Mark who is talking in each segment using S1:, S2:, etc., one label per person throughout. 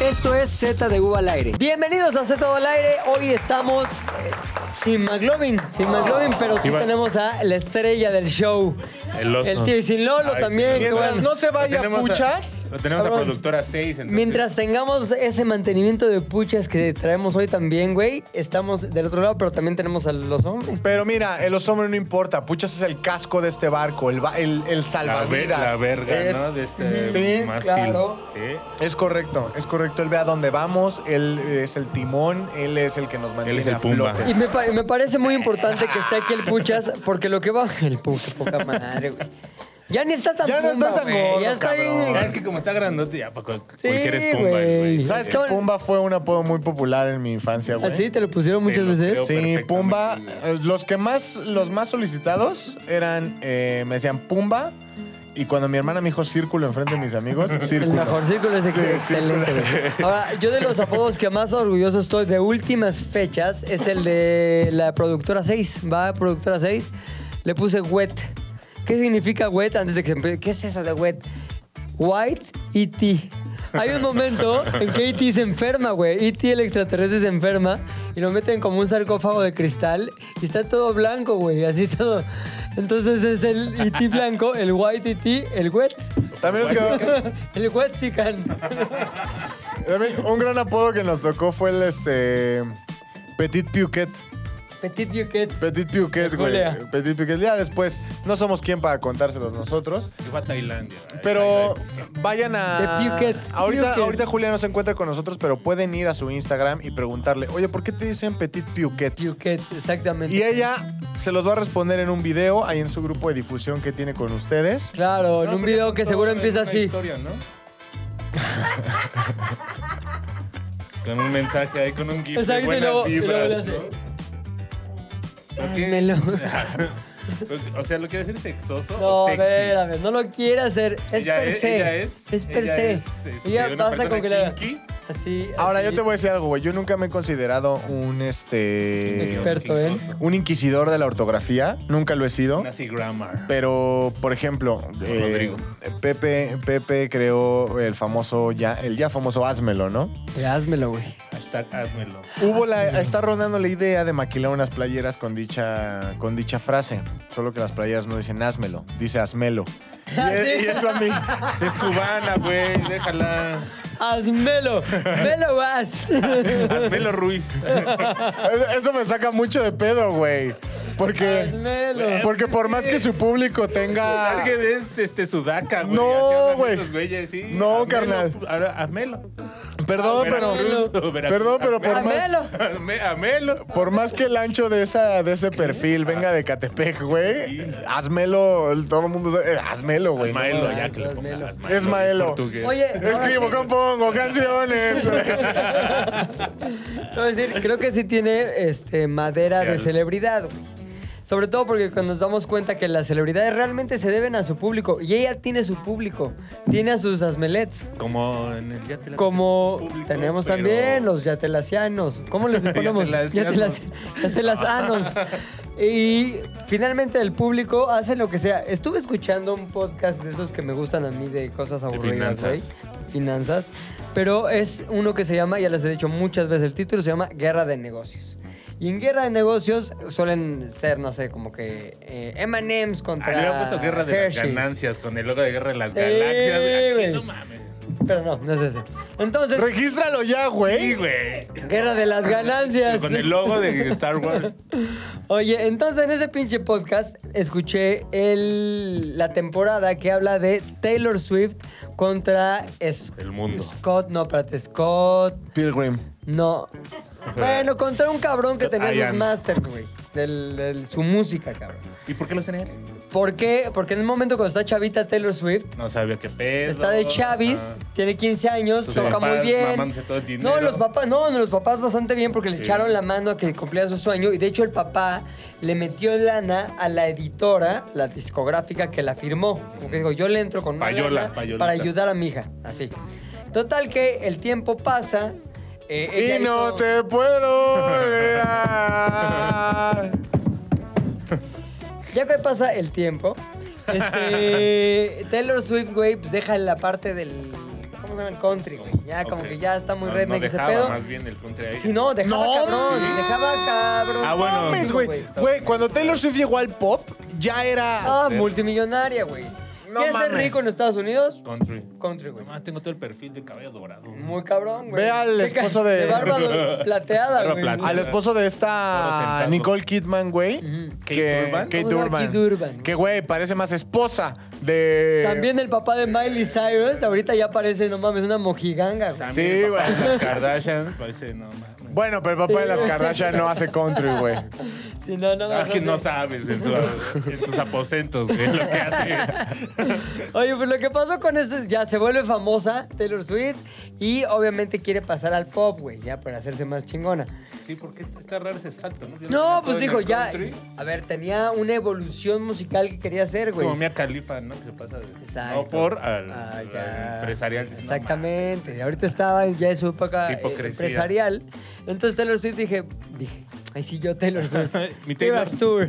S1: Esto es Z de U al aire. Bienvenidos a Z al aire. Hoy estamos eh, sin McLovin, sin
S2: Ah.
S1: McLovin, pero sí
S3: Iba-
S1: tenemos a la estrella del show.
S3: El oso.
S1: tío y sin Lolo
S3: Ay,
S1: también.
S3: sí.
S1: que
S2: Mientras
S1: bueno.
S2: no se vaya
S3: Tenemos a-
S2: Puchas.
S3: tenemos
S1: cabrón.
S3: a productora 6.
S1: Mientras tengamos ese mantenimiento de puchas que traemos hoy también, güey, estamos del otro lado, pero también tenemos a los hombres.
S2: Pero mira, el hombres no importa. Puchas es el casco de este barco, el, ba- el, el
S3: La, ve-
S2: salvavidas.
S3: la verga,
S2: es,
S3: ¿no? De este
S2: Sí,
S3: mástil.
S1: claro.
S3: Sí.
S2: Es correcto, es correcto. Él ve a dónde vamos, él es el timón, él es el que nos mantiene
S3: es el
S2: a
S3: Pumba.
S2: flote.
S1: Y me, pa- me parece muy importante que esté aquí el Puchas, porque lo que va. El Puchas, poca madre, güey. Ya ni está tan
S2: Ya no
S1: pumba,
S2: está tan
S1: güey,
S2: gordo,
S1: Ya está
S2: cabrón.
S1: bien.
S3: Ya es que como está grandote, ya para cual-
S1: Sí,
S3: cualquier es pumba,
S1: güey.
S3: güey.
S2: ¿Sabes que
S1: Todo-
S2: Pumba fue un apodo muy popular en mi infancia, güey?
S1: Así Ah, te lo pusieron muchas
S3: lo
S1: veces.
S3: creo.
S2: Sí,
S3: perfectamente.
S2: Pumba. eh, Los que más, los más solicitados eran, eh, me decían Pumba. Y cuando mi hermana me dijo círculo enfrente de mis amigos,
S1: El
S2: círculo.
S1: mejor círculo es ex- excelente. güey. Ahora, yo de los apodos que más orgulloso estoy de últimas fechas es el de la productora 6. Va, productora 6. Le puse wet. ¿Qué significa wet? Antes de que empiece, ¿qué es eso de wet? White E.T. Hay un momento en que E.T. se enferma, güey. E.T. el extraterrestre se enferma y lo meten como un sarcófago de cristal y está todo blanco, güey. Así todo. Entonces es el E.T. blanco, el white E.T., el wet.
S2: También nos quedó,
S1: El Huetzican.
S2: También Un gran apodo que nos tocó fue el este. Petit Piuquet.
S1: Petit Buquet.
S2: Petit Piuquet, güey.
S1: Julia.
S2: Petit Piuquet. Ya después, no somos quien para contárselos nosotros.
S3: Fue a Tailandia. güey.
S2: Pero
S3: Ahí, ahí,
S2: vayan a.
S1: De Piuquet.
S2: Ahorita,
S1: Piuquet.
S2: ahorita Julia no se encuentra con nosotros, pero pueden ir a su Instagram y preguntarle, oye, ¿por qué te dicen Petit Piuquet?
S1: Buquet, exactamente.
S2: Y ella se los va a responder en un video ahí en su grupo de difusión que tiene con ustedes.
S1: Claro, en
S3: No,
S1: un
S3: porque
S1: video que
S3: todo
S1: seguro
S3: es
S1: empieza
S3: una
S1: así.
S3: historia, ¿no? con un mensaje ahí, con un gif
S1: Exacto, y
S3: de buenas
S1: luego- y luego
S3: vibras,
S1: le hace-
S3: ¿no? ¿Lo que-
S1: Házmelo.
S3: Pues, o sea, ¿lo quiere decir sexoso
S1: No,
S3: o
S1: a
S3: sexy?
S1: ver, a ver, no lo quiere hacer. Es
S3: Ella
S1: per
S3: es-
S1: se.
S3: ella es-
S1: per
S3: ella
S1: se.
S3: es, este,
S1: ella
S3: una
S1: pasa con
S3: persona
S1: que le haga
S3: kinky.
S1: Así.
S2: Ahora,
S1: así.
S2: yo te voy a decir algo, güey. Yo nunca me he considerado un este.
S1: Experto, ¿eh?
S2: un inquisidor de la ortografía, nunca lo he sido.
S3: Nazi grammar.
S2: Pero, por ejemplo, eh,
S3: Rodrigo.
S2: Pepe, Pepe creó el famoso, ya, el ya famoso Hazmelo, ¿no?
S1: Pero Házmelo, güey.
S3: Hashtag házmelo.
S2: Hubo la, está rondando la idea de maquilar unas playeras con dicha, con dicha frase. Solo que las playeras no dicen Hazmelo, dice Hazmelo. Y, es- y eso a mí.
S3: Es cubana, güey, déjala.
S1: Házmelo. Me lo vas.
S3: Hazmelo, Ruiz.
S2: Eso me saca mucho de pedo, güey. Porque,
S1: Házmelo.
S2: porque por más que su público tenga.
S3: Alguien es este sudaca, güey.
S2: No,
S3: Así hablan
S2: güey.
S3: esos güeyes, sí.
S2: No,
S3: Hazmelo,
S2: carnal.
S3: pu- ahora, Hazmelo. Ah,
S2: Perdón, pero.
S3: Veracruz, Veracruz.
S2: Perdón, pero por más.
S1: Hazmelo.
S3: Hazme- Hazmelo.
S2: Por más que el ancho de, esa, de ese perfil venga de Catepec, güey, házmelo, el- todo el mundo sabe, eh, hazmelo, güey.
S3: Maelo, ya
S1: Hazmelo.
S3: que le pongan Hazmelo.
S2: Es Maelo.
S3: Portugués.
S1: Oye, ahora sí.
S2: Escribo, compongo canciones.
S1: Te voy a decir, creo que sí tiene este, madera de
S3: Real.
S1: celebridad, güey. Sobre todo porque cuando nos damos cuenta que las celebridades realmente se deben a su público. Y ella tiene su público. Tiene a sus asmelets.
S3: Como en el Yatelas.
S1: Como
S3: Público,
S1: tenemos
S3: pero-
S1: también los yatelacianos. ¿Cómo les ponemos?
S3: Yatelacianos.
S1: Yatelaci- Yatelazanos. Y finalmente el público hace lo que sea. Estuve escuchando un podcast de esos que me gustan a mí de cosas aburridas, güey.
S3: finanzas.
S1: Finanzas. Pero es uno que se llama, ya les he dicho muchas veces el título, se llama Guerra de Negocios. Y en guerra de negocios suelen ser, no sé, como que eh, M&M's
S3: Ah, le
S1: contra
S3: habían puesto Guerra de las
S1: Hershey's.
S3: Ganancias con el logo de Guerra de las
S1: Sí,
S3: Galaxias. Aquí
S1: güey.
S3: no mames.
S1: Pero no, no es ese. Entonces,
S2: Regístralo ya,
S3: Sí,
S2: güey.
S3: güey.
S1: Guerra de las Ganancias.
S3: Con el logo de Star Wars.
S1: Oye, entonces en ese pinche podcast escuché el, la temporada que habla de Taylor Swift contra Es-
S3: El mundo.
S1: Scott, no, espérate, Scott,
S2: Pilgrim.
S1: no. Bueno, contra un cabrón que
S3: Scott
S1: tenía sus
S3: Ian.
S1: masters, güey, del- del- su música, cabrón.
S3: ¿Y por qué los tenía él?
S1: ¿Por qué? Porque en el momento cuando está chavita Taylor Swift,
S3: No sabía qué pedo.
S1: Está de Chavis,
S3: Ah.
S1: tiene 15 años,
S3: Sus
S1: toca
S3: papás
S1: muy bien.
S3: mamándose todo el dinero.
S1: no, los papás, no, no, los papás bastante bien porque le
S3: Sí.
S1: echaron la mano a que cumpliera su sueño y de hecho el papá le metió lana a la editora, la discográfica que la firmó. Como que digo, yo le entro con una
S3: Payola,
S1: lana
S3: payolita.
S1: para ayudar a mi hija, así. Total que el tiempo pasa. eh, ella
S2: Y no
S1: hizo-
S2: te puedo olvidar.
S1: Ya que pasa el tiempo, este, Taylor Swift, güey, pues deja la parte del. ¿Cómo estamos en el country, güey. Ya como
S3: Ah. Ok.
S1: que ya está muy
S3: No,
S1: redneck
S3: no
S1: ese
S3: dejaba
S1: pedo.
S3: más bien el country ahí.
S1: Si no, dejaba
S2: No,
S1: cabrón,
S2: sí.
S1: dejaba cabrón.
S3: Ah, bueno.
S2: mames,
S3: sí,
S2: güey.
S1: güey.
S2: Güey, cuando Taylor Swift llegó al pop, ya era.
S1: Ah, multimillonaria, güey.
S2: No
S1: ¿Quieres ser
S2: mames.
S1: rico en Estados Unidos?
S3: Country.
S1: Country, güey.
S3: Mamá, tengo todo el perfil de cabello dorado.
S1: Muy cabrón, güey.
S2: Ve al
S1: De ca-
S2: esposo de-
S1: De barba plateada,
S3: Barba
S1: güey.
S3: plateada.
S2: Al esposo de
S3: Todo
S2: esta
S3: sentado.
S2: Nicole Kidman, güey.
S3: Kate
S2: que-
S3: Urban.
S1: Vamos a ver
S2: Urban.
S1: Kate Urban.
S2: Que, güey, parece más esposa de.
S1: También el papá de Miley Cyrus, ahorita ya parece, no mames, una mojiganga, güey.
S3: También
S2: Sí,
S3: el papá
S2: güey.
S3: de las Kardashian. Parece, no mames.
S2: Bueno, pero el papá de las Kardashian no hace country, güey.
S1: Si no, no
S3: Ah,
S1: mames,
S3: que
S1: sé.
S3: no sabes en, su- en sus aposentos, güey, lo que hace.
S1: Oye, pues lo que pasó con este, ya se vuelve famosa Taylor Swift y obviamente quiere pasar al pop, güey, ya para hacerse más chingona.
S3: Sí, porque está- está raro ese salto, ¿no? Yo
S1: No,
S3: lo
S1: pues
S3: tenía
S1: dijo,
S3: todo en el
S1: ya.
S3: country.
S1: A ver, tenía una evolución musical que quería hacer, güey.
S3: Como Mia Califa, ¿no? Que se pasa de
S1: Exacto.
S3: no por al,
S1: Ah,
S3: al
S1: ya.
S3: empresarial. Dices, no
S1: Exactamente. Ahorita estaba ya en su época eh,
S3: Hipocresía.
S1: empresarial. Entonces Taylor Swift dije, dije, ay sí, yo Taylor Swift.
S3: Mi Taylor.
S1: Eras Tour.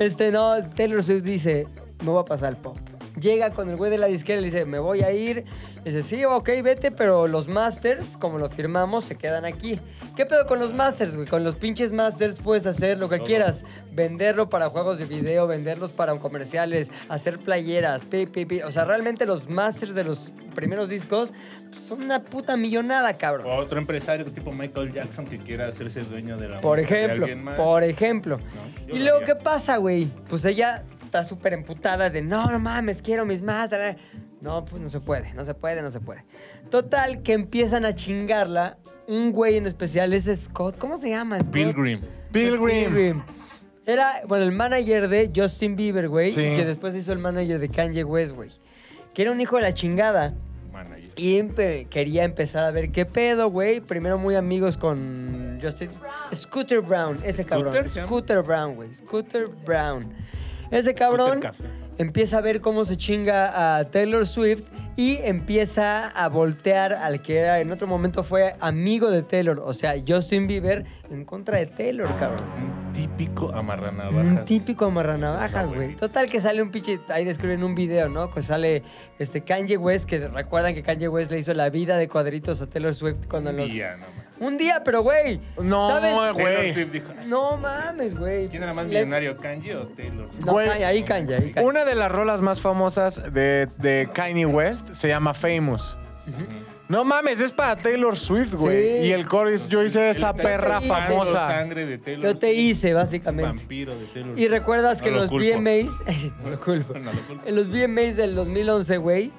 S1: Este, no, Taylor Swift dice, me voy a pasar al pop. Llega con el güey de la disquera y le dice, me voy a ir. Le dice, sí, ok, vete, pero los masters, como los firmamos, se quedan aquí. ¿Qué pedo con los masters, güey? Con los pinches masters puedes hacer lo que quieras. Venderlo para juegos de video, venderlos para comerciales, hacer playeras, pi, pi, pi. O sea, realmente los masters de los primeros discos pues, son una puta millonada, cabrón.
S3: O otro empresario tipo Michael Jackson que quiera hacerse dueño de la
S1: Por
S3: música de
S1: ejemplo,
S3: alguien más.
S1: por ejemplo.
S3: No, yo
S1: y
S3: lo
S1: luego, ¿qué
S3: haría.
S1: pasa, güey? Pues ella está súper emputada de, no, no mames, quiero mis más. No, pues no se puede, no se puede, no se puede. Total, que empiezan a chingarla. Un güey en especial es Scott. ¿Cómo se llama? Scott?
S3: Pilgrim.
S2: Pilgrim.
S1: Era, bueno, el manager de Justin Bieber, güey.
S2: Sí.
S1: Que después hizo el manager de Kanye West, güey. Que era un hijo de la chingada.
S3: Manager.
S1: Y empe- quería empezar a ver qué pedo, güey. Primero muy amigos con Justin. Scooter Brown, ese cabrón.
S3: ¿Scooter se llama?
S1: Scooter Brown, güey. Scooter Brown. Ese cabrón
S3: Café.
S1: empieza a ver cómo se chinga a Taylor Swift y empieza a voltear al que era, en otro momento fue amigo de Taylor, o sea, Justin Bieber, en contra de Taylor, cabrón.
S3: Un típico amarranavajas.
S1: Un típico amarranavajas, güey. Total que sale un pinche. Ahí describen un video, ¿no? Que sale este Kanye West, que recuerdan que Kanye West le hizo la vida de cuadritos a Taylor Swift cuando los.
S3: Día, no mames.
S1: Un día, pero güey.
S2: No,
S1: ¿sabes?
S2: Güey.
S3: Taylor Swift dijo, "Ay,
S1: No mames, güey.
S3: ¿Quién era más
S1: Le-
S3: millonario, Kanye o Taylor?
S1: No,
S2: Güey.
S1: Kanye, ahí Kanye, ahí Kanye.
S2: Una de las rolas más famosas de, de Kanye West se llama Famous. No mames, es para Taylor Swift, güey.
S1: Sí.
S2: Y el coro es yo hice esa
S3: Está
S2: perra
S3: chupando
S2: famosa.
S3: sangre de Taylor
S1: Yo te
S3: Swift,
S1: hice, básicamente.
S3: Vampiro de Taylor
S1: Y
S3: Swift.
S1: recuerdas que
S3: No lo
S1: los
S3: culpo.
S1: VMAs. no lo culpo.
S3: No lo culpo.
S1: En los VMAs del 2011, güey,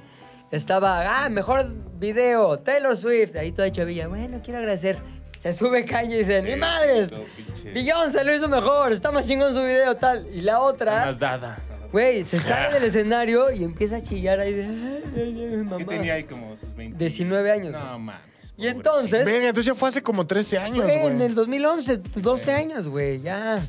S1: estaba, ah, mejor video, Taylor Swift. Ahí toda chavilla, bueno, quiero agradecer. Se sube caña y dice,
S3: Sí,
S1: ni madres.
S3: todo pinche.
S1: Beyoncé lo hizo mejor, está más chingón su video, tal. Y la
S3: Está
S1: otra,
S3: Más dada.
S1: güey, se sale del escenario y empieza a chillar ahí de, "Ay, ay, ay, mamá".
S3: ¿Qué tenía ahí como sus 20?
S1: 19 años,
S3: No
S1: güey.
S3: mames.
S1: Y
S3: pobre.
S1: entonces,
S2: Venga, entonces ya fue hace como 13 años,
S1: fue en
S2: güey.
S1: el 2011,
S3: Eh.
S1: 12 años, güey, ya.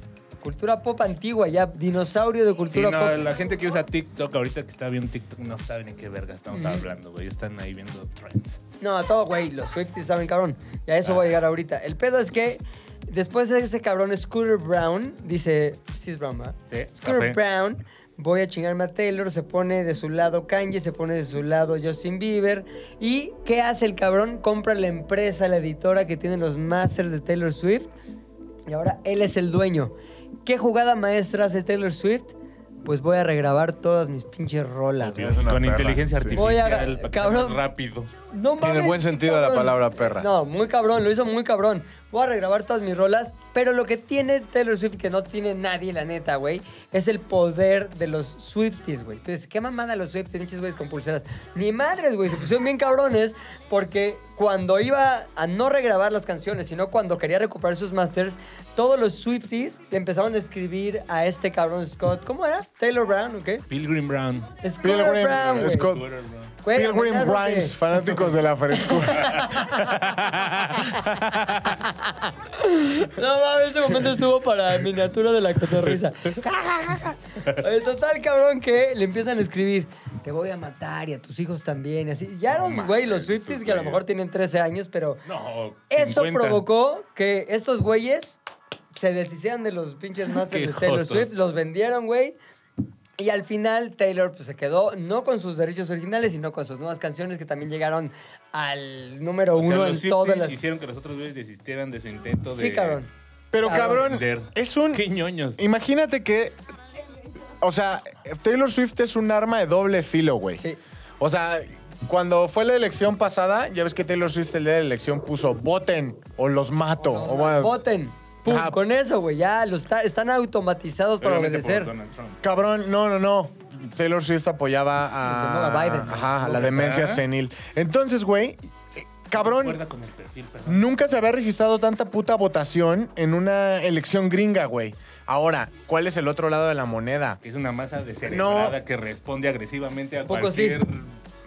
S1: Cultura pop antigua, ya dinosaurio de
S3: Sí,
S1: cultura pop.
S3: no, la gente que usa TikTok, ahorita que está viendo TikTok, no saben en qué verga estamos hablando, güey. Están ahí viendo trends.
S1: No, todo, güey. Los Swifties saben, cabrón. Y a eso voy a llegar ahorita. El pedo es que después de ese cabrón Scooter Brown, dice... Sí es Brown, ¿verdad?
S3: Sí,
S1: Scooter
S3: café.
S1: Brown, voy a chingarme a Taylor. Se pone de su lado Kanye, se pone de su lado Justin Bieber. ¿Y qué hace el cabrón? Compra la empresa, la editora que tiene los masters de Taylor Swift. Y ahora él es el dueño. ¿Qué jugada maestra hace Taylor Swift? Pues voy a regrabar todas mis pinches rolas, güey.
S2: es una
S3: Con
S2: perra,
S3: inteligencia
S2: sí.
S1: Voy a-
S3: artificial, para que sea
S1: cabrón.
S3: más rápido.
S1: No
S2: En el
S1: mames,
S2: buen
S1: qué
S2: sentido de la palabra perra.
S1: No, muy cabrón, lo hizo muy cabrón. Voy a regrabar todas mis rolas, pero lo que tiene Taylor Swift, que no tiene nadie, la neta, güey, es el poder de los Swifties, güey. Entonces, qué mamada los Swifties, pinches güeyes con pulseras. Ni madres, güey, se pusieron bien cabrones porque cuando iba a no regrabar las canciones, sino cuando quería recuperar sus masters, todos los Swifties le empezaron a escribir a este cabrón Scott. ¿Cómo era? Taylor Brown, ¿ok?
S3: Pilgrim Brown.
S1: Scott
S2: Pilgrim,
S1: Brown, güey.
S2: Scott-
S3: Twitter, bro.
S1: Güey,
S2: Pilgrim
S1: amenázate.
S2: Rhymes, fanáticos de la frescura.
S1: No mames, ese momento estuvo para miniatura de la cotorrisa. Oye, total, cabrón, que le empiezan a escribir: Te voy a matar y a tus hijos también. Y así. Ya
S3: No
S1: los güey, los
S3: mames,
S1: Swifties,
S3: esos
S1: que a lo
S3: güeyes.
S1: mejor tienen 13 años, pero
S3: No,
S1: eso
S3: 50.
S1: provocó que estos güeyes se deshicieran de los pinches masters
S3: Qué
S1: de Taylor
S3: jotos.
S1: Swift, los vendieron, güey. Y al final Taylor pues, se quedó no con sus derechos originales, sino con sus nuevas canciones que también llegaron al número
S3: O sea,
S1: uno
S3: los
S1: en todas
S3: 50s
S1: las...
S3: hicieron que los otros güeyes desistieran de su intento de...
S1: Sí, cabrón.
S2: Pero
S1: Cabrón.
S2: cabrón,
S3: Vender.
S2: es un...
S3: Qué ñoños.
S2: Imagínate que... O sea, Taylor Swift es un arma de doble filo, güey.
S1: Sí.
S2: O sea, cuando fue la elección pasada, ya ves que Taylor Swift el día de la elección puso voten o los mato. o bueno,
S1: Voten. Pum,
S2: Ah.
S1: Con eso, güey, ya los ta- están automatizados para
S3: Obviamente por
S1: obedecer.
S3: Donald Trump.
S2: Cabrón, no, no, no. Taylor Swift apoyaba a,
S1: Apoyaba a Biden.
S2: Ajá, a la demencia
S3: Ajá.
S2: senil. Entonces, güey, eh, cabrón,
S3: Recuerda con el perfil, perdón.
S2: nunca se había registrado tanta puta votación en una elección gringa, güey. Ahora, ¿cuál es el otro lado de la moneda?
S3: Que es una masa descerebrada
S2: No.
S3: que responde agresivamente a
S1: Poco sí.
S3: cualquier...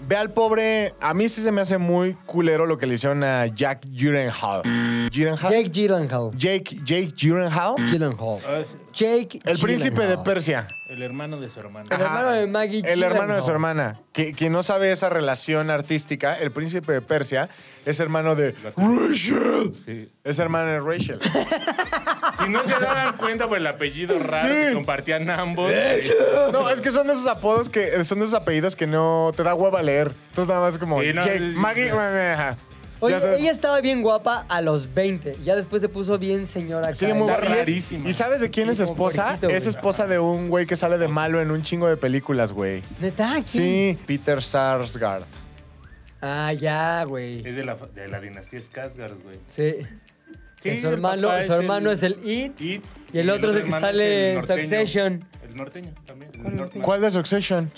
S2: Ve al pobre, a mí sí se me hace muy culero lo que le hicieron a Jack Gyllenhaal. Gyllenhaal?
S1: Jake Gyllenhaal.
S2: Jake, Jake Gyllenhaal.
S1: Gyllenhaal.
S3: Ah, es
S1: Jake
S2: El príncipe de
S1: Gyllenhaal.
S2: Persia.
S3: El hermano de su hermano.
S1: El hermano de Maggie
S2: El hermano de su
S1: Gyllenhaal.
S2: hermana. Que, que no sabe esa relación artística, el príncipe de Persia es hermano de Rachel.
S3: Sí.
S2: Es hermano de Rachel.
S3: Si no se daban cuenta por el apellido raro que compartían ambos. Sí,
S2: No, es que son de esos apodos que son de esos apellidos que no te da hueva leer. Entonces nada más como
S3: Sí, no,
S2: Jake,
S3: sí, sí.
S2: Maggie. ajá.
S1: Oye,
S2: Ya sabes.
S1: ella estaba bien guapa a los 20. Ya después se puso bien señora.
S2: Sigue muy
S1: acá.
S3: Está
S2: guapa. Y es-
S3: rarísima.
S2: ¿Y sabes de quién
S1: Sí,
S2: es
S1: como
S2: esposa?
S1: puerquito, güey.
S2: Es esposa de un güey que sale de malo en un chingo de películas, güey.
S1: ¿Neta? ¿Quién?
S2: Sí, Peter Sarsgaard.
S1: Ah, ya, güey.
S3: Es de la, de la dinastía Skarsgård, güey.
S1: Sí. Que su hermano,
S3: papá
S1: su hermano es el It.
S3: It,
S1: y el otro es el que
S3: hermano
S1: sale
S3: el
S1: en
S3: norteño.
S1: Succession.
S3: El norteño también. el
S1: ¿Cuál
S3: Northman.
S2: ¿Cuál de Succession?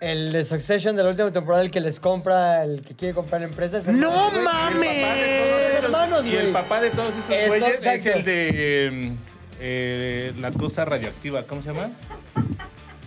S1: El de Succession de la última temporada, el que les compra, el que quiere comprar empresas.
S2: ¡No
S1: güey.
S2: mames!
S1: Los hermanos,
S3: Y el
S1: güey.
S3: papá de todos esos
S1: Eso,
S3: güeyes es
S1: exacto.
S3: el de em, eh, la cosa radioactiva. ¿Cómo se llama?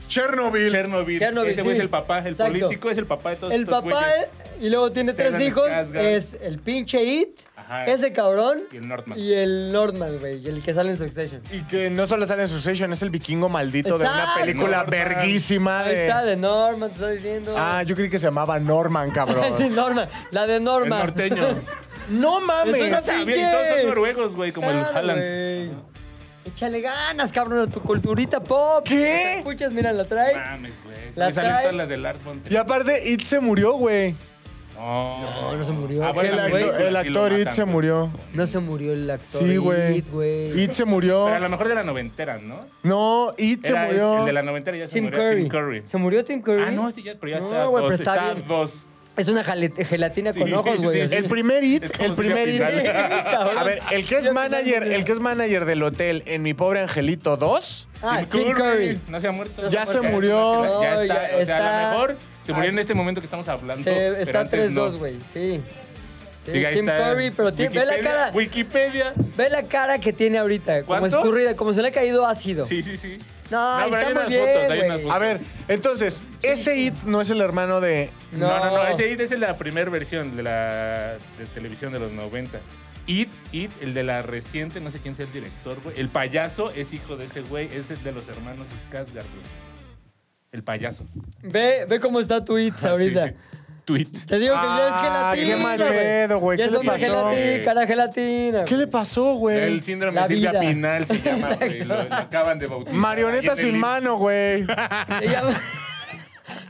S2: Chernobyl.
S3: Chernobyl.
S1: Chernobyl,
S3: Ese güey
S1: sí.
S3: es el papá. El
S1: Exacto.
S3: político es el papá de todos
S1: El
S3: estos
S1: papá,
S3: güeyes.
S1: y luego tiene tres
S3: Stellan
S1: hijos,
S3: Skarsgård.
S1: es el pinche It,
S3: Ajá.
S1: ese cabrón.
S3: Y el Northman.
S1: Y el Northman, güey, y el que sale en Succession.
S2: Y que no solo sale en Succession, es el vikingo maldito de una
S1: Exacto.
S2: película
S3: Norman.
S2: verguísima
S1: Ahí
S2: de...
S1: está, de Norman, te está diciendo.
S2: Ah, yo creí que se llamaba Norman, cabrón.
S1: sí, Norman, la de
S3: El
S1: Norman.
S3: norteño.
S2: ¡No
S1: Estoy
S3: No
S2: mames!
S3: sabía,
S1: pinches.
S3: y todos son noruegos, güey, como el
S1: Claro, güey.
S3: Haaland.
S1: Échale ganas, cabrón, a tu culturita pop.
S2: ¿Qué?
S1: Puchas, mira, la trae.
S3: Mames, güey.
S1: La
S3: Me salen
S1: trae-
S3: todas las de Lars von Trier.
S2: Y aparte, It se murió, güey.
S3: No,
S1: No, no se murió.
S3: Ah, bueno,
S2: el,
S3: güey,
S2: actor- el
S3: sí lo
S2: actor
S3: matan,
S2: It se
S3: güey.
S2: murió.
S1: No se murió el actor.
S2: Sí, güey.
S1: It, güey.
S2: It se murió.
S3: Pero a lo mejor de la noventera, ¿no?
S2: No, It se
S3: Era este,
S2: murió.
S3: el de la noventera ya se
S1: Tim
S3: murió.
S1: Curry.
S3: Tim Curry.
S1: ¿Se murió Tim Curry?
S3: Ah, no, sí, ya, pero ya
S1: No,
S3: está
S1: güey,
S3: dos.
S1: pero está
S3: está
S1: bien.
S3: dos.
S1: Es una jale- gelatina con
S3: Sí,
S1: ojos, güey.
S3: sí,
S1: así.
S2: El primer It,
S3: Es como
S2: el
S3: si
S2: primer It.
S3: fuera final.
S1: Cabrón.
S2: A ver, el que es
S1: Ya
S2: manager,
S1: final,
S2: el que es manager del hotel en Mi Pobre Angelito 2,
S1: Ah, Tim Curry.
S3: No se ha muerto.
S2: Ya se
S3: es
S2: murió.
S3: una gelatina.
S1: No,
S3: Ya
S1: ya
S3: está. O sea, a
S1: está-
S3: lo mejor se murió
S1: Ah.
S3: en este momento que estamos hablando.
S1: Se,
S3: pero
S1: está
S3: antes no.
S1: 3-2, güey, sí. Sí,
S3: Sí, ahí
S1: Tim
S3: está.
S1: Curry, pero tiene- ve la
S3: Wikipedia-
S1: cara.
S3: Wikipedia.
S1: Ve la cara que tiene ahorita, como
S3: ¿Cuánto?
S1: escurrida, como se le ha caído ácido.
S3: Sí, sí, sí.
S1: No, ahí
S3: pero
S1: está
S3: hay
S1: muy
S3: unas
S1: bien,
S3: fotos, hay
S1: güey.
S3: unas fotos.
S2: a ver, entonces, ese It no es el hermano de...
S3: No, no, no. Ese It es el de la primera versión de la de televisión de los 90. It, It, el de la reciente, no sé quién sea el director, güey. El payaso es hijo de ese güey, es el de los hermanos Skarsgård, güey. El payaso.
S1: Ve, ve cómo está tu it ahorita.
S3: Sí. Tweet.
S1: Te digo que ya es
S2: Ah,
S1: gelatina.
S2: qué mal
S1: güey.
S2: pedo, güey.
S1: Ya
S2: ¿Qué
S1: es
S2: le
S1: una
S2: pasó?
S1: gelatina, cara gelatina.
S2: ¿Qué le pasó, güey?
S3: El síndrome
S1: La
S3: de Silvia
S1: vida.
S3: Pinal se llama, güey. Lo, lo acaban de bautizar.
S2: Marioneta
S3: Ahí en el
S2: sin
S3: Ips.
S2: mano, güey.
S1: Se llama-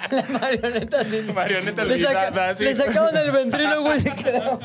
S1: La marioneta sin.
S3: Marioneta
S1: Le, saca-
S3: olvidada, sí.
S1: le sacaron el ventrilo, güey, se quedó.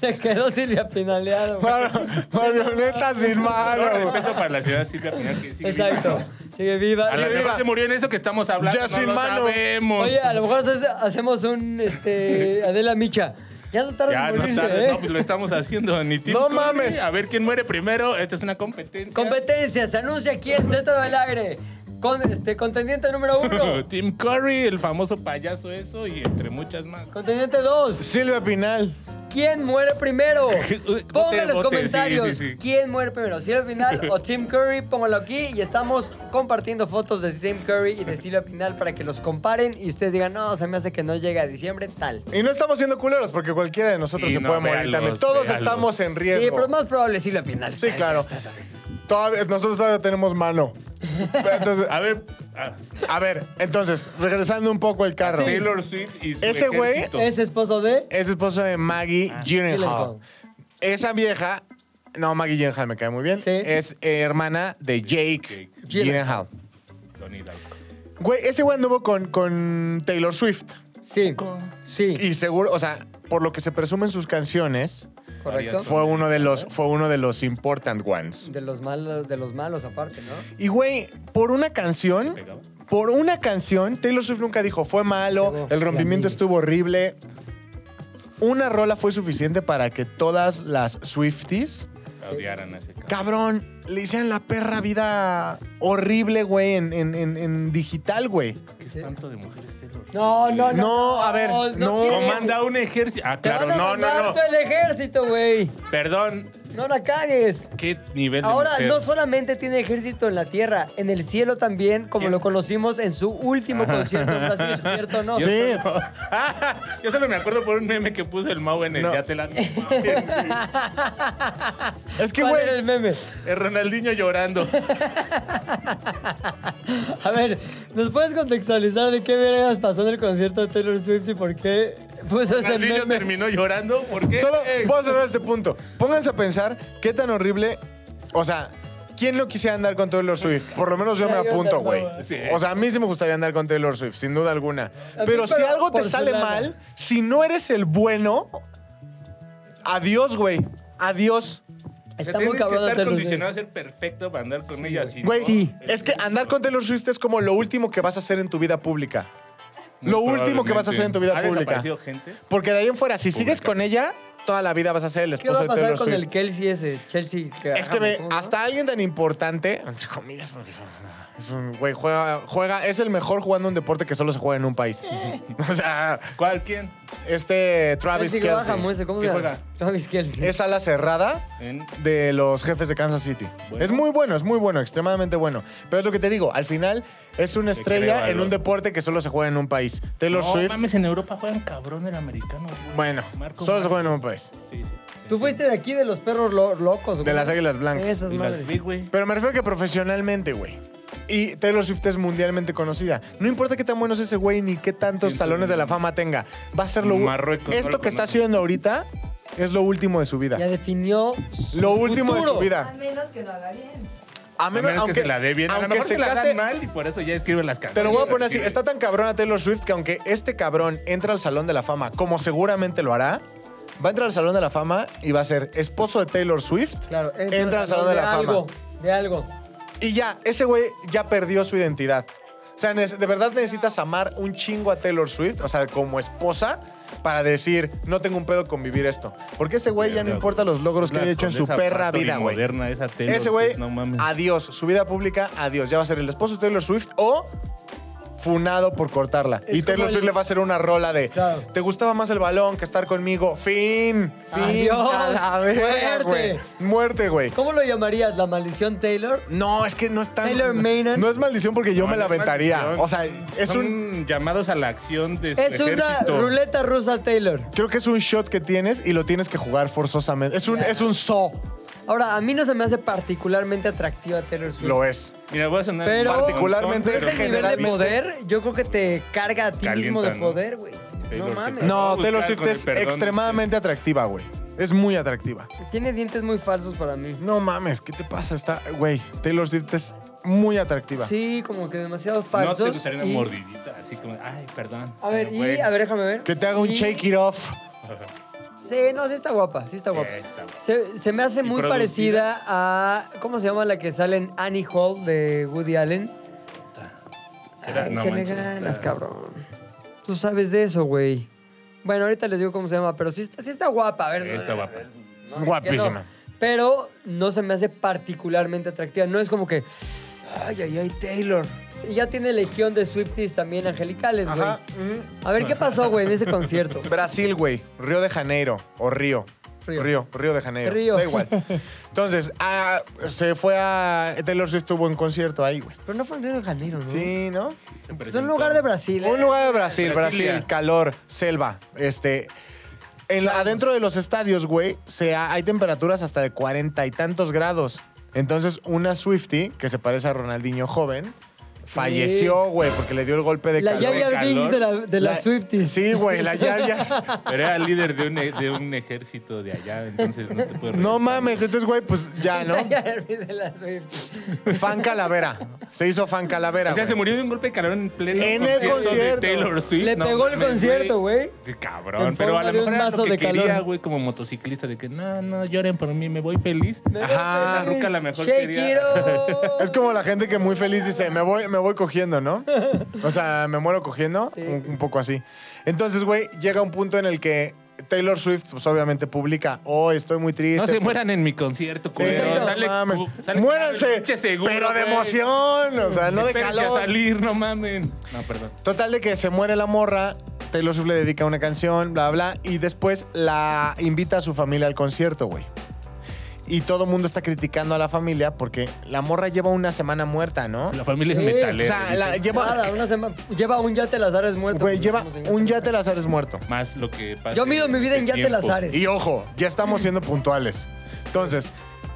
S1: Se quedó Silvia Pinaleado. güey.
S2: Mar- Marioneta sin
S3: Todo
S2: mano. güey.
S3: respeto para la ciudad de Silvia Pinal que sigue
S1: Exacto.
S3: viva.
S1: Sigue viva.
S3: A la
S2: Sigue viva.
S3: mejor se murió en eso que estamos hablando.
S2: Ya
S3: no
S2: sin
S3: lo
S2: mano.
S3: Sabemos.
S1: Oye, a lo mejor haces- hacemos un este, Adela Micha. Ya no tarda
S3: Ya,
S1: en
S3: no
S1: morirse,
S3: tarde,
S1: ¿eh?
S3: no, pues lo estamos haciendo. Ni Tim
S2: No
S3: Curry,
S2: mames.
S3: A ver quién muere primero. Esta es una competencia.
S1: Competencia, se anuncia aquí en Centro del Aire. Con, este, contendiente número uno.
S3: Tim Curry, el famoso payaso eso, y entre muchas más.
S1: contendiente dos.
S2: Silvia Pinal.
S1: ¿Quién muere primero?
S3: Vote,
S1: Pongan en los
S3: vote,
S1: comentarios
S3: sí, sí, sí.
S1: quién muere primero, si al final o Tim Curry, pónganlo aquí y estamos compartiendo fotos de Tim Curry y de Silvia Pinal para que los comparen y ustedes digan, no, se me hace que no llega a diciembre, tal.
S2: Y no estamos siendo culeros porque cualquiera de nosotros
S3: Sí,
S2: se
S3: no,
S2: puede morir
S3: véalos,
S2: también. Todos
S3: véalos.
S2: estamos en riesgo.
S1: Sí, pero es más probable Silvia Pinal.
S2: Sí, claro. Todavía- nosotros todavía tenemos mano. Pero entonces,
S3: A ver, ah, a-
S2: a ver, entonces, regresando un poco al carro.
S3: Taylor Swift y su
S2: Ese güey
S3: ejército.
S1: Es esposo de...
S2: Es esposo de Maggie Gyllenhaal.
S1: Ah, Gyllenhaal.
S2: Esa vieja... No, Maggie Gyllenhaal me cae muy bien.
S1: Sí.
S2: Es eh, hermana de Jake,
S3: Jake.
S2: Gyllenhaal.
S3: Tony Dalton.
S2: Güey, ese güey anduvo con, con Taylor Swift.
S1: Sí, sí,
S2: Y seguro, o sea, por lo que se presumen sus canciones,
S1: correcto.
S3: varias-
S2: fue uno de los, fue uno de los important ones.
S1: De los malos, de los malos aparte, ¿no?
S2: Y güey, por una canción,
S3: Pegaba.
S2: por una canción, Taylor Swift nunca dijo fue malo,
S1: Llegó
S2: el rompimiento
S1: la mía.
S2: estuvo horrible. Una rola fue suficiente para que todas las Swifties,
S3: La odiaran a ese cabrón.
S2: cabrón, le hicieran la perra vida horrible, güey, en, en- en- en digital, güey.
S3: Qué espanto de mujeres Taylor.
S1: No, no, no.
S2: No, a ver, no.
S1: quiere-
S3: Comanda un ejército. Ah,
S1: Te van
S3: claro,
S1: a
S3: no,
S1: mandar
S3: no, no.
S1: todo el ejército, güey.
S3: Perdón,
S1: No la cagues.
S3: ¿qué nivel de
S1: Ahora
S3: mujer?
S1: no solamente tiene ejército en la tierra, en el cielo también, como
S3: ¿Quién?
S1: lo conocimos en su último concierto en Brasil, ¿cierto o no?
S2: Yo- Sí.
S3: Yo solo me acuerdo por un meme que puso el Mau en el
S2: No.
S3: Ya te la...
S2: Es que,
S1: ¿Cuál
S2: güey,
S1: era el meme?
S3: El Ronaldinho llorando.
S1: A ver, ¿nos puedes contextualizar de qué vergas pasó en el concierto de Taylor Swift y por qué puso ese
S3: Ronaldinho
S1: meme?
S3: terminó llorando porque...
S2: Solo
S3: Eh,
S2: vamos a hablar de este punto. Pónganse a pensar qué tan horrible. O sea, ¿quién no quisiera andar con Taylor Swift? Por lo menos yo me
S1: Ya, yo
S2: apunto,
S1: tampoco,
S2: güey.
S1: eh.
S3: Sí.
S2: O sea, a mí sí me gustaría andar con Taylor Swift, sin duda alguna.
S1: mí,
S2: Pero si
S1: pero
S2: algo te
S1: por su
S2: sale
S1: lana.
S2: mal, si no eres el bueno, adiós, güey. Adiós.
S3: o sea,
S1: Está
S3: tienes
S1: muy cabrón
S3: que estar
S1: Taylor
S3: condicionado
S1: Swift.
S3: a ser perfecto para andar con ella así.
S2: Güey,
S1: Sí.
S2: es que andar con Taylor Swift es como lo último que vas a hacer en tu vida pública. Lo último que vas a hacer en tu vida
S3: ¿Ha
S2: pública.
S3: desaparecido gente?
S2: Porque de ahí en fuera, si sigues
S3: Pública.
S2: con ella, toda la vida vas a ser el
S1: ¿Qué
S2: esposo
S1: va a
S2: de
S1: pasar
S2: Taylor
S1: con
S2: Swift.
S1: el Kelsey ese? Chelsea.
S2: Es que ve,
S1: ¿cómo no?
S2: hasta alguien tan importante, entre comillas, porque es un güey, juega, juega, es el mejor jugando un deporte que solo se juega en un país. o sea,
S3: ¿Cuál? ¿Quién?
S2: este Travis
S1: Chelsea Graham,
S2: Kelce
S1: ese, ¿cómo se
S3: ¿Qué
S1: llama?
S3: juega?
S1: Travis Kelsey.
S2: es ala cerrada
S3: En-
S2: de los jefes de Kansas City.
S3: Bueno.
S2: Es muy bueno, es muy bueno, extremadamente bueno. Pero es lo que te digo, al final es
S3: creo
S2: una
S3: a
S2: estrella en
S3: los-
S2: un deporte que solo se juega en un país. Taylor
S3: No,
S2: Swift,
S3: mames, en Europa juegan cabrón el americano. güey.
S2: bueno,
S3: Marcos
S2: solo se juega en un
S3: Marcos.
S2: país.
S3: Sí, sí.
S1: Tú fuiste de aquí de los perros lo- locos, güey.
S2: De las Águilas Blancas.
S1: Esas
S3: Y
S1: madres.
S3: las vi, güey.
S2: Pero me refiero a que profesionalmente, güey. Y Taylor Swift es mundialmente conocida. No importa qué tan bueno es ese güey ni qué tantos
S3: Siento
S2: talones de la
S3: que-
S2: fama tenga. Va a ser lo
S3: Marruecos, no
S2: Esto
S3: lo
S2: que está
S3: conozco.
S2: haciendo ahorita es lo último de su vida.
S1: Ya definió su
S2: Lo último de
S1: futuro.
S2: su
S4: A
S2: vida.
S4: menos que lo haga bien.
S2: A
S3: A menos, que se la dé bien. A lo
S2: aunque
S3: mejor
S2: se
S3: se la
S2: case-
S3: dan mal y por eso ya escriben las cartas.
S2: Te lo voy a poner así. Está tan cabrón a Taylor Swift que aunque este cabrón entra al Salón de la Fama, como seguramente lo hará, va a entrar al Salón de la Fama y va a ser esposo de Taylor Swift.
S1: Claro,
S2: entra al Salón de la Fama.
S1: algo, De algo.
S2: Y ya, ese güey ya perdió su identidad. O sea, ne- de verdad necesitas amar un chingo a Taylor Swift, o sea, como esposa, para decir, no tengo un pedo con vivir esto. Porque ese güey ya no
S3: Verga,
S2: importa los logros que
S3: La
S2: haya hecho en su
S3: condesa
S2: perra
S3: Factory
S2: vida, güey.
S3: moderna, esa Taylor
S2: Ese güey,
S3: Swift, No mames.
S2: adiós. Su vida pública, adiós. Ya va a ser el esposo de Taylor Swift o funado por cortarla.
S1: Es
S2: y Taylor
S1: como
S2: Swift
S1: el-
S2: le va a hacer una rola de,
S1: Claro.
S2: te gustaba más el balón que estar conmigo. Fin. Fin.
S1: Adiós.
S2: A la verga, güey.
S1: Muerte.
S2: Muerte, güey.
S1: ¿Cómo lo llamarías? ¿La maldición Taylor?
S2: No, es que no es tan.
S1: Taylor Maynan.
S2: No es maldición porque yo
S3: No,
S2: me la
S3: no es
S2: aventaría.
S3: maldición.
S2: O sea, es
S3: Son
S2: un.
S3: llamados a la acción de su
S1: Es una
S3: ejército.
S1: ruleta rusa Taylor.
S2: Creo que es un shot que tienes y lo tienes que jugar forzosamente. Es un, es un so.
S1: Ahora, a mí no se me hace particularmente atractiva Taylor Swift.
S2: Lo es.
S3: Mira, voy a sonar
S1: Pero-
S3: un montón,
S2: Particularmente
S3: pero
S1: Ese nivel de
S2: generalmente-
S1: poder, yo creo que te carga a ti
S3: Calienta,
S1: mismo de
S3: ¿no?
S1: poder, güey. No
S3: Taylor Swift.
S1: mames.
S3: No,
S2: No,
S3: buscar
S2: Taylor
S3: con
S2: Swift
S3: el
S2: es
S3: perdón,
S2: extremadamente atractiva, güey. Es muy atractiva.
S1: Tiene dientes muy falsos para mí.
S2: No mames, ¿qué te pasa? Está, güey, Taylor Swift es muy atractiva.
S1: Sí, como que demasiado
S3: No
S1: falsos.
S3: te gustaría una
S1: y-
S3: mordidita, así como, ay, perdón.
S1: A ver,
S3: Pero,
S1: y,
S3: güey,
S1: a ver, déjame ver.
S2: Que te haga un
S1: Y-
S2: shake it off.
S1: Sí, no, sí está guapa, sí está
S3: Sí,
S1: guapa.
S3: está guapa.
S1: Se, se me hace
S3: Y
S1: muy
S3: producida.
S1: parecida a. ¿Cómo se llama la que sale en Annie Hall de Woody Allen?
S3: Era-
S1: Ay,
S3: no
S1: échale
S3: manches,
S1: ganas,
S3: está-
S1: cabrón. Tú sabes de eso, güey. Bueno, ahorita les digo cómo se llama, pero sí está, sí está guapa, a ver.
S3: Sí,
S1: no,
S3: está
S1: no,
S3: guapa.
S1: no, no,
S2: Guapísima.
S1: que no. Pero no se me hace particularmente atractiva. No es como que. Ay, ay, ay, Taylor. Y ya tiene legión de Swifties también angelicales, güey.
S2: Ajá.
S1: A ver, ¿qué pasó, güey, en ese concierto?
S2: Brasil, güey. Río de Janeiro. O Río.
S1: Río.
S2: Río. Río, de Janeiro.
S1: Río.
S2: Da igual. Entonces, ah, se fue a. Taylor Swift tuvo un concierto ahí, güey.
S1: Pero no fue en Río de Janeiro, ¿no?
S2: Sí, ¿no?
S1: Es un lugar de Brasil.
S2: Un
S1: ¿eh?
S2: lugar de Brasil,
S3: Brasilia.
S2: Brasil, calor, selva, este... en la- adentro de los estadios, güey, se ha- hay temperaturas hasta de cuarenta y tantos grados. Entonces, una Swifty, que se parece a Ronaldinho joven, Falleció, güey, porque le dio el golpe de
S1: La
S2: calor.
S1: Yar Yar
S3: calor.
S1: Binks de, la, de las Swifties.
S2: Sí, güey, la Yar Yar.
S3: Pero era líder de un, e- de un ejército de allá, entonces no te puedes...
S2: No
S3: reventar.
S2: mames, entonces, güey, pues ya, ¿no?
S1: La Yar Yar Binks de las Swifties.
S2: Fan calavera. Se hizo fan calavera.
S3: O sea,
S2: güey.
S3: se murió de un golpe de calor en pleno
S2: Sí, en el
S3: concierto,
S2: concierto.
S3: de Taylor Swift.
S1: Le pegó el concierto, güey.
S3: Sí,
S1: En
S3: cabrón, pero
S1: forma
S3: a lo
S1: de un
S3: mejor era
S1: mazo
S3: lo que
S1: de
S3: quería,
S1: calor.
S3: güey, como motociclista, de que no, no, lloren por mí, me voy feliz.
S2: Ajá.
S3: Esa ruca a lo mejor
S1: Shake
S3: quería-
S1: it off.
S2: Es como la gente que muy feliz dice, me voy, me voy cogiendo, ¿no? O sea, me muero cogiendo,
S1: Sí.
S2: un, un poco así. Entonces, güey, llega un punto en el que Taylor Swift, pues obviamente publica, oh, estoy muy triste.
S3: No se mueran en mi concierto, culero.
S2: Pero,
S1: no
S3: sale,
S2: mamen.
S3: cu- sale
S2: Muéranse,
S3: pinche seguro,
S2: pero de
S3: güey.
S2: emoción, o sea, no de
S3: Espérense a
S2: calor.
S3: salir, no mamen. No, perdón.
S2: Total de que se muere la morra, Taylor Swift le dedica una canción, bla, bla, y después la invita a su familia al concierto, güey. Y todo el mundo está criticando a la familia porque la morra lleva una semana muerta, ¿no?
S3: La familia es
S1: Sí.
S2: O
S3: metalera.
S2: sea, la-
S3: dicen.
S2: lleva,
S1: Nada, una semana. Lleva un yate Lazares muerto. pues,
S2: güey, lleva
S1: Estamos en-
S2: un yate Lazares muerto.
S3: Más lo que pasa.
S1: Yo mido mi vida en yate Lazares.
S2: Y ojo, ya estamos siendo puntuales. Entonces,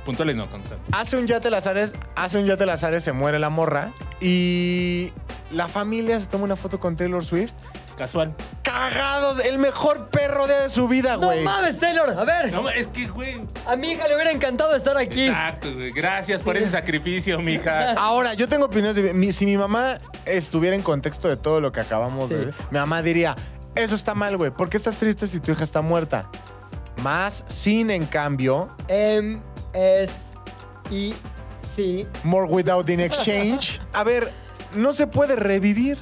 S3: Puntuales no, constante.
S2: hace un yate Lazares, hace un yate Lazares, se muere la morra y la familia se toma una foto con Taylor Swift.
S3: Casual.
S2: Cagados, el mejor perro día de su vida,
S1: No
S2: güey.
S1: mames, Taylor. A ver,
S3: No, es que, güey.
S1: a mi hija le hubiera encantado estar aquí.
S3: Exacto, güey. Gracias por ese sacrificio, mija.
S2: Ahora, yo tengo opiniones. de- mi- si mi mamá estuviera en contexto de todo lo que acabamos de
S1: Sí.
S2: ver, mi mamá diría: Eso está mal, güey. ¿Por qué estás triste si tu hija está muerta? Más sin, en cambio,
S1: M, S, I, C.
S2: more without in exchange. A ver, no se puede revivir.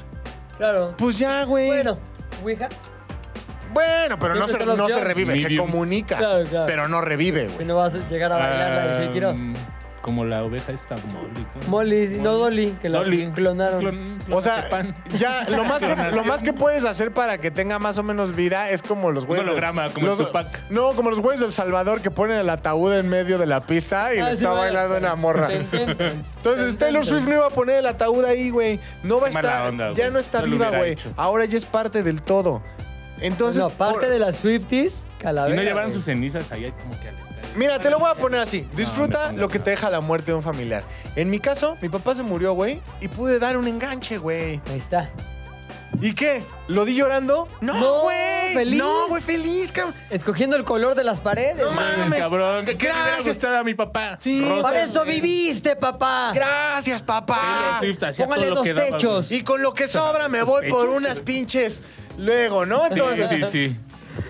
S1: Claro.
S2: Pues ya, güey.
S1: Bueno, Ouija.
S2: Bueno, pero no
S1: Siempre
S2: se,
S1: está la
S2: no se
S1: opción.
S2: revive, se
S3: Mediums.
S2: comunica.
S1: Claro, claro.
S2: Pero no revive,
S1: Que
S2: güey.
S1: no vas a llegar a bailar la de Shake It Off.
S3: Ah, como la oveja esta, Molly. ¿cómo?
S1: Molly, no Dolly, que la
S3: Dolly.
S1: clonaron.
S3: Clon-
S2: O sea,
S3: clonatepan.
S2: ya lo más, que, lo más que puedes hacer para que tenga más o menos vida es como los güeyes. del-
S3: holograma, como el
S2: los-
S3: Tupac.
S2: No, como los güeyes del Salvador que ponen el ataúd en medio de la pista y
S1: Ah,
S2: le
S1: sí,
S2: está
S1: bueno.
S2: bailando una morra.
S1: Ten, ten, ten.
S2: Entonces
S1: Ten,
S2: Taylor
S1: ten,
S2: Swift no iba a poner el ataúd ahí, güey. No va a
S3: Qué mala
S2: estar.
S3: onda,
S2: ya
S3: güey.
S2: no está
S3: No lo
S2: viva,
S3: hubiera
S2: güey.
S3: hecho.
S2: Ahora ya es parte del todo. Entonces.
S1: no, parte
S2: por-
S1: de las Swifties,
S3: Y
S1: calavera.
S3: no llevaron
S1: güey.
S3: sus cenizas ahí como que al estadio.
S2: Mira, te lo voy a poner así.
S3: me
S2: Disfruta
S3: pongas
S2: lo que
S3: nada.
S2: te deja la muerte de un familiar. En mi caso, mi papá se murió, güey, y pude dar un enganche, güey.
S1: Ahí está.
S2: ¿Y qué? ¿Lo di llorando?
S1: No,
S2: No, güey.
S1: feliz.
S2: No, güey, feliz, cabrón.
S1: Escogiendo el color de las paredes.
S2: No
S1: güey.
S2: mames.
S3: cabrón. ¿Qué qué le hubiera
S2: Gracias.
S3: gustado a mi papá?
S2: Sí.
S1: Para
S2: Rosas,
S1: eso viviste, papá.
S2: Gracias, papá.
S3: Taylor Swift hacía
S1: Póngale
S3: todo lo
S1: dos
S3: que daba,
S1: techos.
S3: güey.
S2: Y con lo que sobra me voy por unas pinches luego, ¿no? Entonces,
S3: Sí, sí, sí.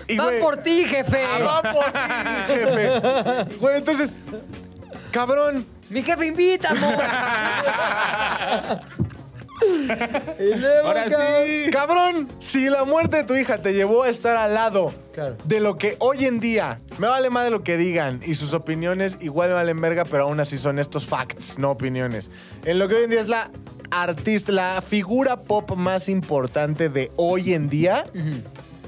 S2: y,
S1: Va
S2: güey,
S1: por ti, jefe.
S2: ah, va por ti, jefe. Güey, entonces, cabrón,
S1: Mi jefe invita, amor. y luego,
S3: Ahora
S1: cabrón.
S3: sí.
S2: Cabrón, si la muerte de tu hija te llevó a estar al lado
S1: Claro.
S2: de lo que hoy en día me vale más de lo que digan y sus opiniones igual me valen verga, pero aún así son estos facts, no opiniones. En lo que hoy en día es la artista, la figura pop más importante de hoy en día.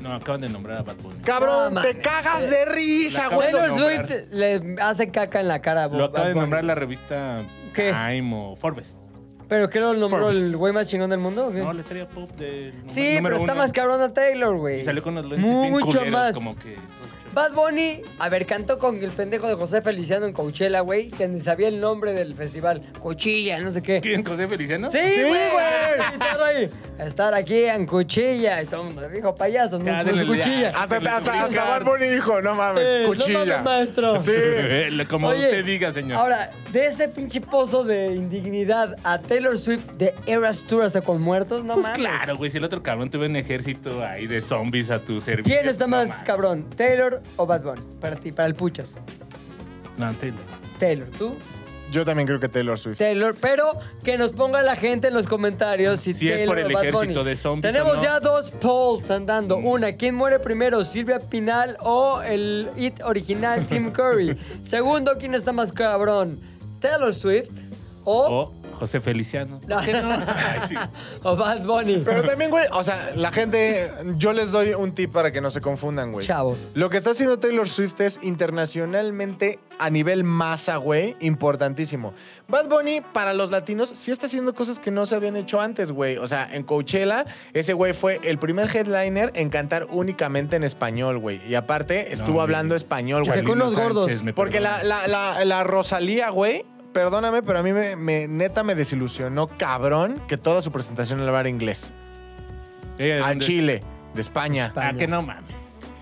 S3: No, acaban de nombrar a Bad Bunny.
S2: Cabrón,
S1: No,
S2: te
S1: mames.
S2: cagas de risa,
S3: La
S2: güey.
S3: acabo
S1: Taylor
S3: de nombrar.
S1: Swift le hace caca en la cara. a
S3: Lo
S1: Bob
S3: acaba de
S1: Bunny.
S3: nombrar la revista
S1: ¿Qué?
S3: Time o Forbes.
S1: ¿Pero qué lo nombró
S2: Forbes.
S1: el güey más chingón del mundo? o qué?
S3: No, la estrella pop del número-
S1: sí, pero
S3: número
S1: está
S3: uno.
S1: más cabrón a Taylor, güey.
S3: Y salió con los lentes
S1: Mu-
S3: bien
S1: Mucho
S3: culeros,
S1: más.
S3: como que todos chuecos.
S1: Bad Bunny, a ver, cantó con el pendejo de José Feliciano en Coachella, güey, que ni sabía el nombre del festival. Cochilla, no sé qué.
S3: ¿Quién? José Feliciano?
S1: Sí,
S2: Sí,
S1: güey.
S2: güey.
S1: Estar ahí. Estar aquí en cuchilla. Y todo el mundo dijo payaso, no,
S3: Ya,
S1: no es
S3: denle ya.
S1: cuchilla.
S2: Hasta,
S3: Se le
S2: hasta, hasta,
S3: suplica.
S2: Bad Bunny dijo, no mames,
S1: Eh, no
S2: cuchilla.
S1: mames, maestro.
S2: Sí.
S3: Eh, Como
S1: Oye,
S3: usted diga, señor.
S1: Ahora, de ese pinche pozo de indignidad a Taylor Swift de Eras Tour hasta con muertos, no
S3: pues
S1: mames.
S3: claro, güey. Si el otro cabrón tuvo un ejército ahí de zombies a tu servicio.
S1: ¿Quién está
S3: No
S1: más
S3: mames.
S1: cabrón, Taylor o Bad Bunny? Para ti, para el Puchas.
S3: No, Taylor.
S1: Taylor, tú.
S2: Yo también creo que Taylor Swift.
S1: Taylor, pero que nos ponga la gente en los comentarios si,
S3: Si es
S1: Taylor
S3: por el
S1: o Bad
S3: ejército
S1: Bunny.
S3: de zombies
S1: Tenemos
S3: o no. Mm.
S1: ya dos polls andando. Una, ¿quién muere primero, Silvia Pinal o el hit original Tim Curry? Segundo, ¿quién está más cabrón, Taylor Swift o,
S3: O José Feliciano.
S1: No.
S3: ¿Por qué no? Oh. Ay, sí.
S1: o Bad Bunny?
S2: Pero también, güey, o sea, la gente, yo les doy un tip para que no se confundan, güey.
S1: Chavos.
S2: Lo que está haciendo Taylor Swift es internacionalmente a nivel masa, güey, importantísimo. Bad Bunny, para los latinos, sí está haciendo cosas que no se habían hecho antes, güey. O sea, en Coachella, ese güey fue el primer headliner en cantar únicamente en español, güey. Y aparte, estuvo
S3: No,
S2: hablando español,
S1: Se
S2: güey.
S1: con unos gordos.
S3: me
S2: Porque la,
S3: perdonas.
S2: la, la, la Rosalía, güey, perdóname, pero a mí me, me- neta me desilusionó cabrón que toda su presentación la era inglés.
S3: Ella de
S2: A
S3: Eh, dónde es?
S2: Chile, de España.
S1: España.
S3: Ah, que no mames.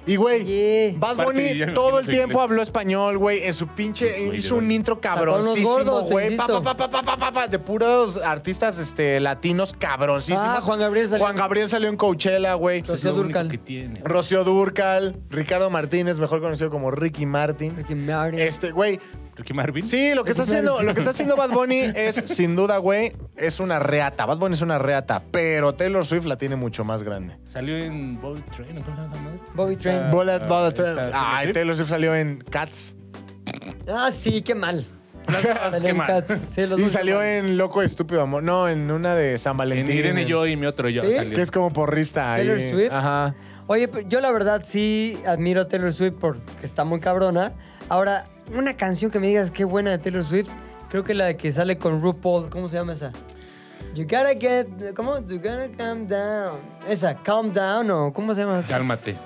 S2: Y güey,
S1: Oye.
S2: Bad
S3: Aparte, yo
S2: Bunny
S3: me
S2: todo
S3: imagino
S2: el
S3: su
S2: tiempo
S3: inglés.
S2: habló español, güey, en su pinche
S3: Pues, güey,
S2: hizo
S3: de
S2: un
S3: dónde.
S2: intro
S1: a los
S2: cabroncísimo,
S1: gordos, te
S2: güey, pa,
S1: insisto.
S2: pa, pa, pa, pa, pa, pa, de puros artistas este latinos cabroncísimos.
S1: Ah, Juan Gabriel salió.
S2: Juan Gabriel salió en Coachella, güey.
S1: Pues,
S3: Es lo
S1: Rocío
S3: único
S1: Dúrcal.
S3: que tiene.
S2: Rocío Durcal, Ricardo Martínez, mejor conocido como Ricky Martin.
S1: Ricky Martin.
S2: Este, güey,
S3: Ricky Marvin.
S2: Sí, lo que está haciendo, lo que está haciendo Bad Bunny es, sin duda, güey, es una reata. Bad Bunny es una reata, pero Taylor Swift la tiene mucho más grande.
S3: Salió en Bobby Train. ¿o ¿Cómo se llama? esa madre?
S1: Bobby
S3: Esta-
S1: Train.
S2: Bullet, Bullet,
S3: esta-
S2: Train. Ay, Taylor Swift salió en Cats.
S1: Ah, sí, qué mal.
S3: Las dos,
S1: Salió
S3: Ah, qué
S1: en
S3: mal.
S1: Cats. Sí, los
S2: Y
S1: dos,
S2: salió
S1: qué mal.
S2: en Loco Estúpido Amor. No, en una de San Valentín.
S3: En Irene, yo y mi otro yo
S1: ¿Sí?
S3: salió.
S2: Que es como porrista. ahí.
S1: Taylor Swift.
S2: Ajá.
S1: Oye, pero yo la verdad sí admiro a Taylor Swift porque está muy cabrona. Ahora, una canción que me digas qué buena de Taylor Swift, creo que la que sale con RuPaul, ¿cómo se llama esa? You gotta get, ¿cómo? You gotta calm down. Esa, calm down o ¿cómo se llama?
S3: Cálmate.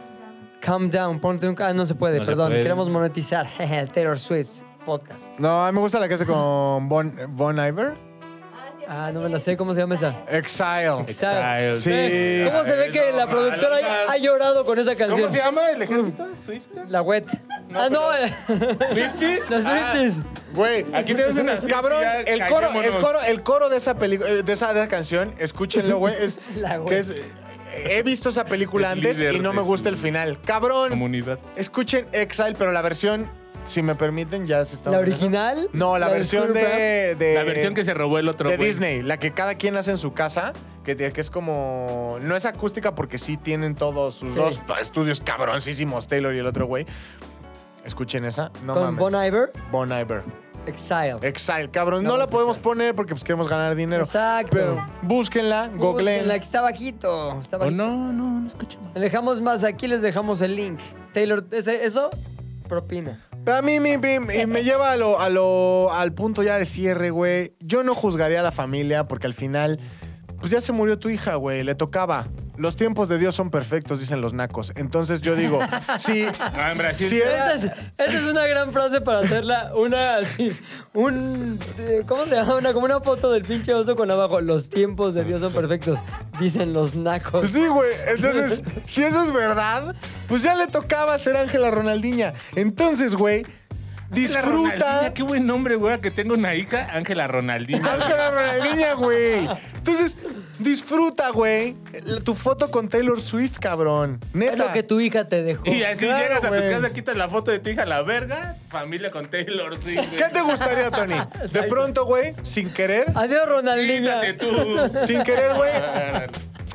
S1: Calm down, ponte un... Ah, no se puede,
S3: No se
S1: perdón,
S3: puede.
S1: queremos monetizar jeje, Taylor Swift podcast.
S2: No, a mí me gusta la que hace con Bon, bon Iver.
S1: Ah, no me la sé, ¿cómo se llama esa?
S2: Exile.
S1: Exile.
S2: Sí.
S3: Exile.
S1: ¿Cómo se ve que la productora ha, ha llorado con esa canción?
S3: ¿Cómo se llama el ejército? ¿Swifter?
S1: La wet. ah, no,
S3: ¿Swifties?
S1: las
S3: Ah,
S1: Swifties.
S2: Güey,
S3: Aquí tenemos una-
S2: Cabrón,
S3: Ya,
S2: el coro, el
S3: callémonos.
S2: coro, el coro de esa película, de esa, de esa canción, escúchenlo, güey. Es,
S1: La güey.
S2: que es- eh, he visto esa película
S3: El
S2: antes
S3: líder
S2: y no
S3: de
S2: me gusta
S3: su
S2: el final. Cabrón,
S3: Comunidad.
S2: escuchen Exile, pero la versión, si me permiten, ya se está.
S1: ¿La original?
S2: No,
S1: ¿La
S2: la,
S1: de
S2: versión de,
S1: Schoolcraft?
S2: de-
S3: La versión que se robó el otro
S2: Eh, de
S3: güey.
S2: Disney, la que cada quien hace en su casa, que, tiene- que es como. No es acústica porque sí tienen todos sus
S1: Sí.
S2: dos estudios cabroncísimos, Taylor y el otro güey. Escuchen esa, no
S1: con
S2: mames.
S1: Bon Iver,
S2: Bon Iver.
S1: Exile.
S2: Exile, cabrón. No,
S1: No,
S2: la
S1: sí,
S2: podemos
S1: claro.
S2: poner porque pues queremos ganar dinero.
S1: Exacto.
S2: Pero búsquenla, googleen.
S1: La que está bajito. Está
S3: Oh,
S1: bajito.
S3: no, no, no escuché mal.
S1: Le dejamos más, aquí les dejamos el link. Taylor, ese- eso, propina.
S2: Pero a mí mi- mi- mi- me lleva a lo, a lo- al punto ya de cierre, güey. Yo no juzgaría a la familia porque al final, pues ya se murió tu hija, güey. Le tocaba. Los tiempos de Dios son perfectos, dicen los nacos. Entonces yo digo, sí.
S3: Ah, en Brasil.
S2: Sí, eh.
S1: Esa es, esa es una gran frase para hacerla una así, un, eh, ¿cómo se llama? Una, como una foto del pinche oso con abajo. Los tiempos de Dios son perfectos, dicen los
S3: Pues
S1: nacos.
S2: Pues Sí, güey. Entonces, si eso es verdad, pues ya le tocaba ser Ángela Ronaldiña. Entonces, güey,
S3: Ángela
S2: disfruta.
S3: Ronaldinha, Qué buen nombre, güey, que tengo una hija, Ángela Ronaldinha.
S2: Ángela Ronaldinha, güey. Entonces, disfruta, güey, la- tu foto con Taylor Swift, cabrón. Neta.
S1: Es lo que tu hija te dejó.
S3: Y así
S2: Claro,
S3: llegas a tu
S2: güey.
S3: casa, quitas la foto de tu hija a la verga, familia con Taylor Swift. güey.
S2: ¿Qué te gustaría, Tony? De pronto, güey, sin querer,
S1: Adiós, Ronaldinha.
S3: Quítate tú.
S2: sin querer, güey,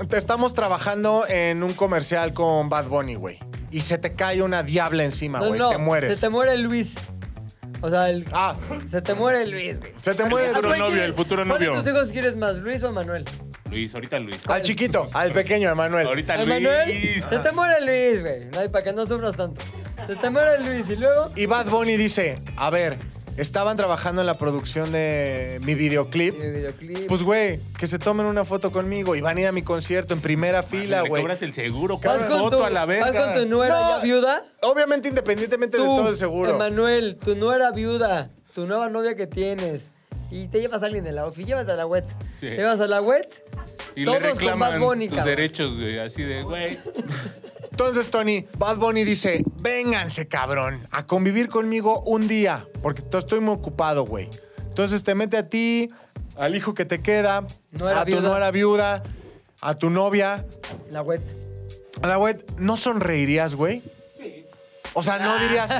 S2: te estamos trabajando en un comercial con Bad Bunny, güey. Y se te cae una diabla encima,
S1: No,
S2: güey.
S1: no,
S2: te mueres.
S1: se te muere Luis. O sea, el-
S2: Ah,
S1: se te muere Luis, güey.
S2: se te
S3: El
S2: muere
S3: futuro
S1: ¿A cuál
S3: novio,
S1: quieres?
S3: el futuro
S1: ¿Cuál de
S3: novio.
S1: tus hijos quieres más, Luis o Manuel?
S3: Luis, ahorita Luis.
S2: al chiquito, al pequeño, Emanuel.
S3: Ahorita
S1: ¿A
S3: Luis.
S1: Manuel? Se te muere Luis, güey. Ay, para que no sufras tanto. Se te muere Luis y luego...
S2: Y Bad Bunny dice, a ver, estaban trabajando en la producción de mi videoclip.
S1: Y el videoclip.
S2: Pues, güey, que se tomen una foto conmigo y van a ir a mi concierto en primera fila,
S3: Le
S2: güey.
S3: cobras el seguro,
S1: vas
S3: cada
S1: con
S3: foto
S1: tu-
S3: a la verga.
S1: Vas con tu nuera
S2: No.
S1: ya viuda.
S2: Obviamente, independientemente de
S1: Tú,
S2: todo el seguro.
S1: Emanuel, tu nuera viuda, tu nueva novia que tienes. Y te llevas a alguien de la ofi, llévate a la wet.
S3: Sí.
S1: Te llevas a la wet.
S3: Y le
S1: todos con Bad
S3: reclaman
S1: Bunny,
S3: tus
S1: cabrón.
S3: derechos, güey. Así de, güey.
S2: Entonces, Tony, Bad Bunny dice: Vénganse, cabrón, a convivir conmigo un día, porque to- estoy muy ocupado, güey. Entonces te mete a ti, al hijo que te queda,
S1: Nuera
S2: a tu
S1: viuda.
S2: nuera viuda, a tu novia.
S1: La wet.
S2: A la web, ¿no sonreirías, güey? O sea, no dirías.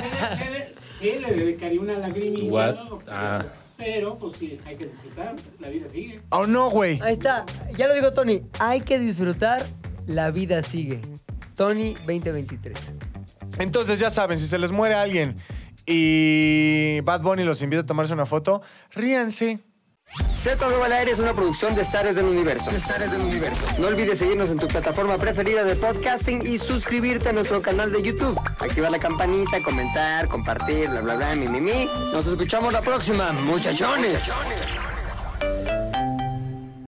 S4: Sí, le dedicaría una lagrimita.
S3: What?
S4: ¿no?
S3: Ah.
S4: Pero, pues sí, hay que disfrutar. La vida sigue.
S2: O no, güey.
S1: Ahí está. Ya lo dijo Tony. Hay que disfrutar. La vida sigue. Tony 2023.
S2: Entonces, ya saben, si se les muere alguien y Bad Bunny los invita a tomarse una foto, ríanse.
S5: Z2 al aire es una producción de Zares del Universo. De Zares del Universo. No olvides seguirnos en tu plataforma preferida de podcasting y suscribirte a nuestro canal de YouTube. Activar la campanita, comentar, compartir, bla, bla, bla, mi, mi, mi. Nos escuchamos la próxima, muchachones.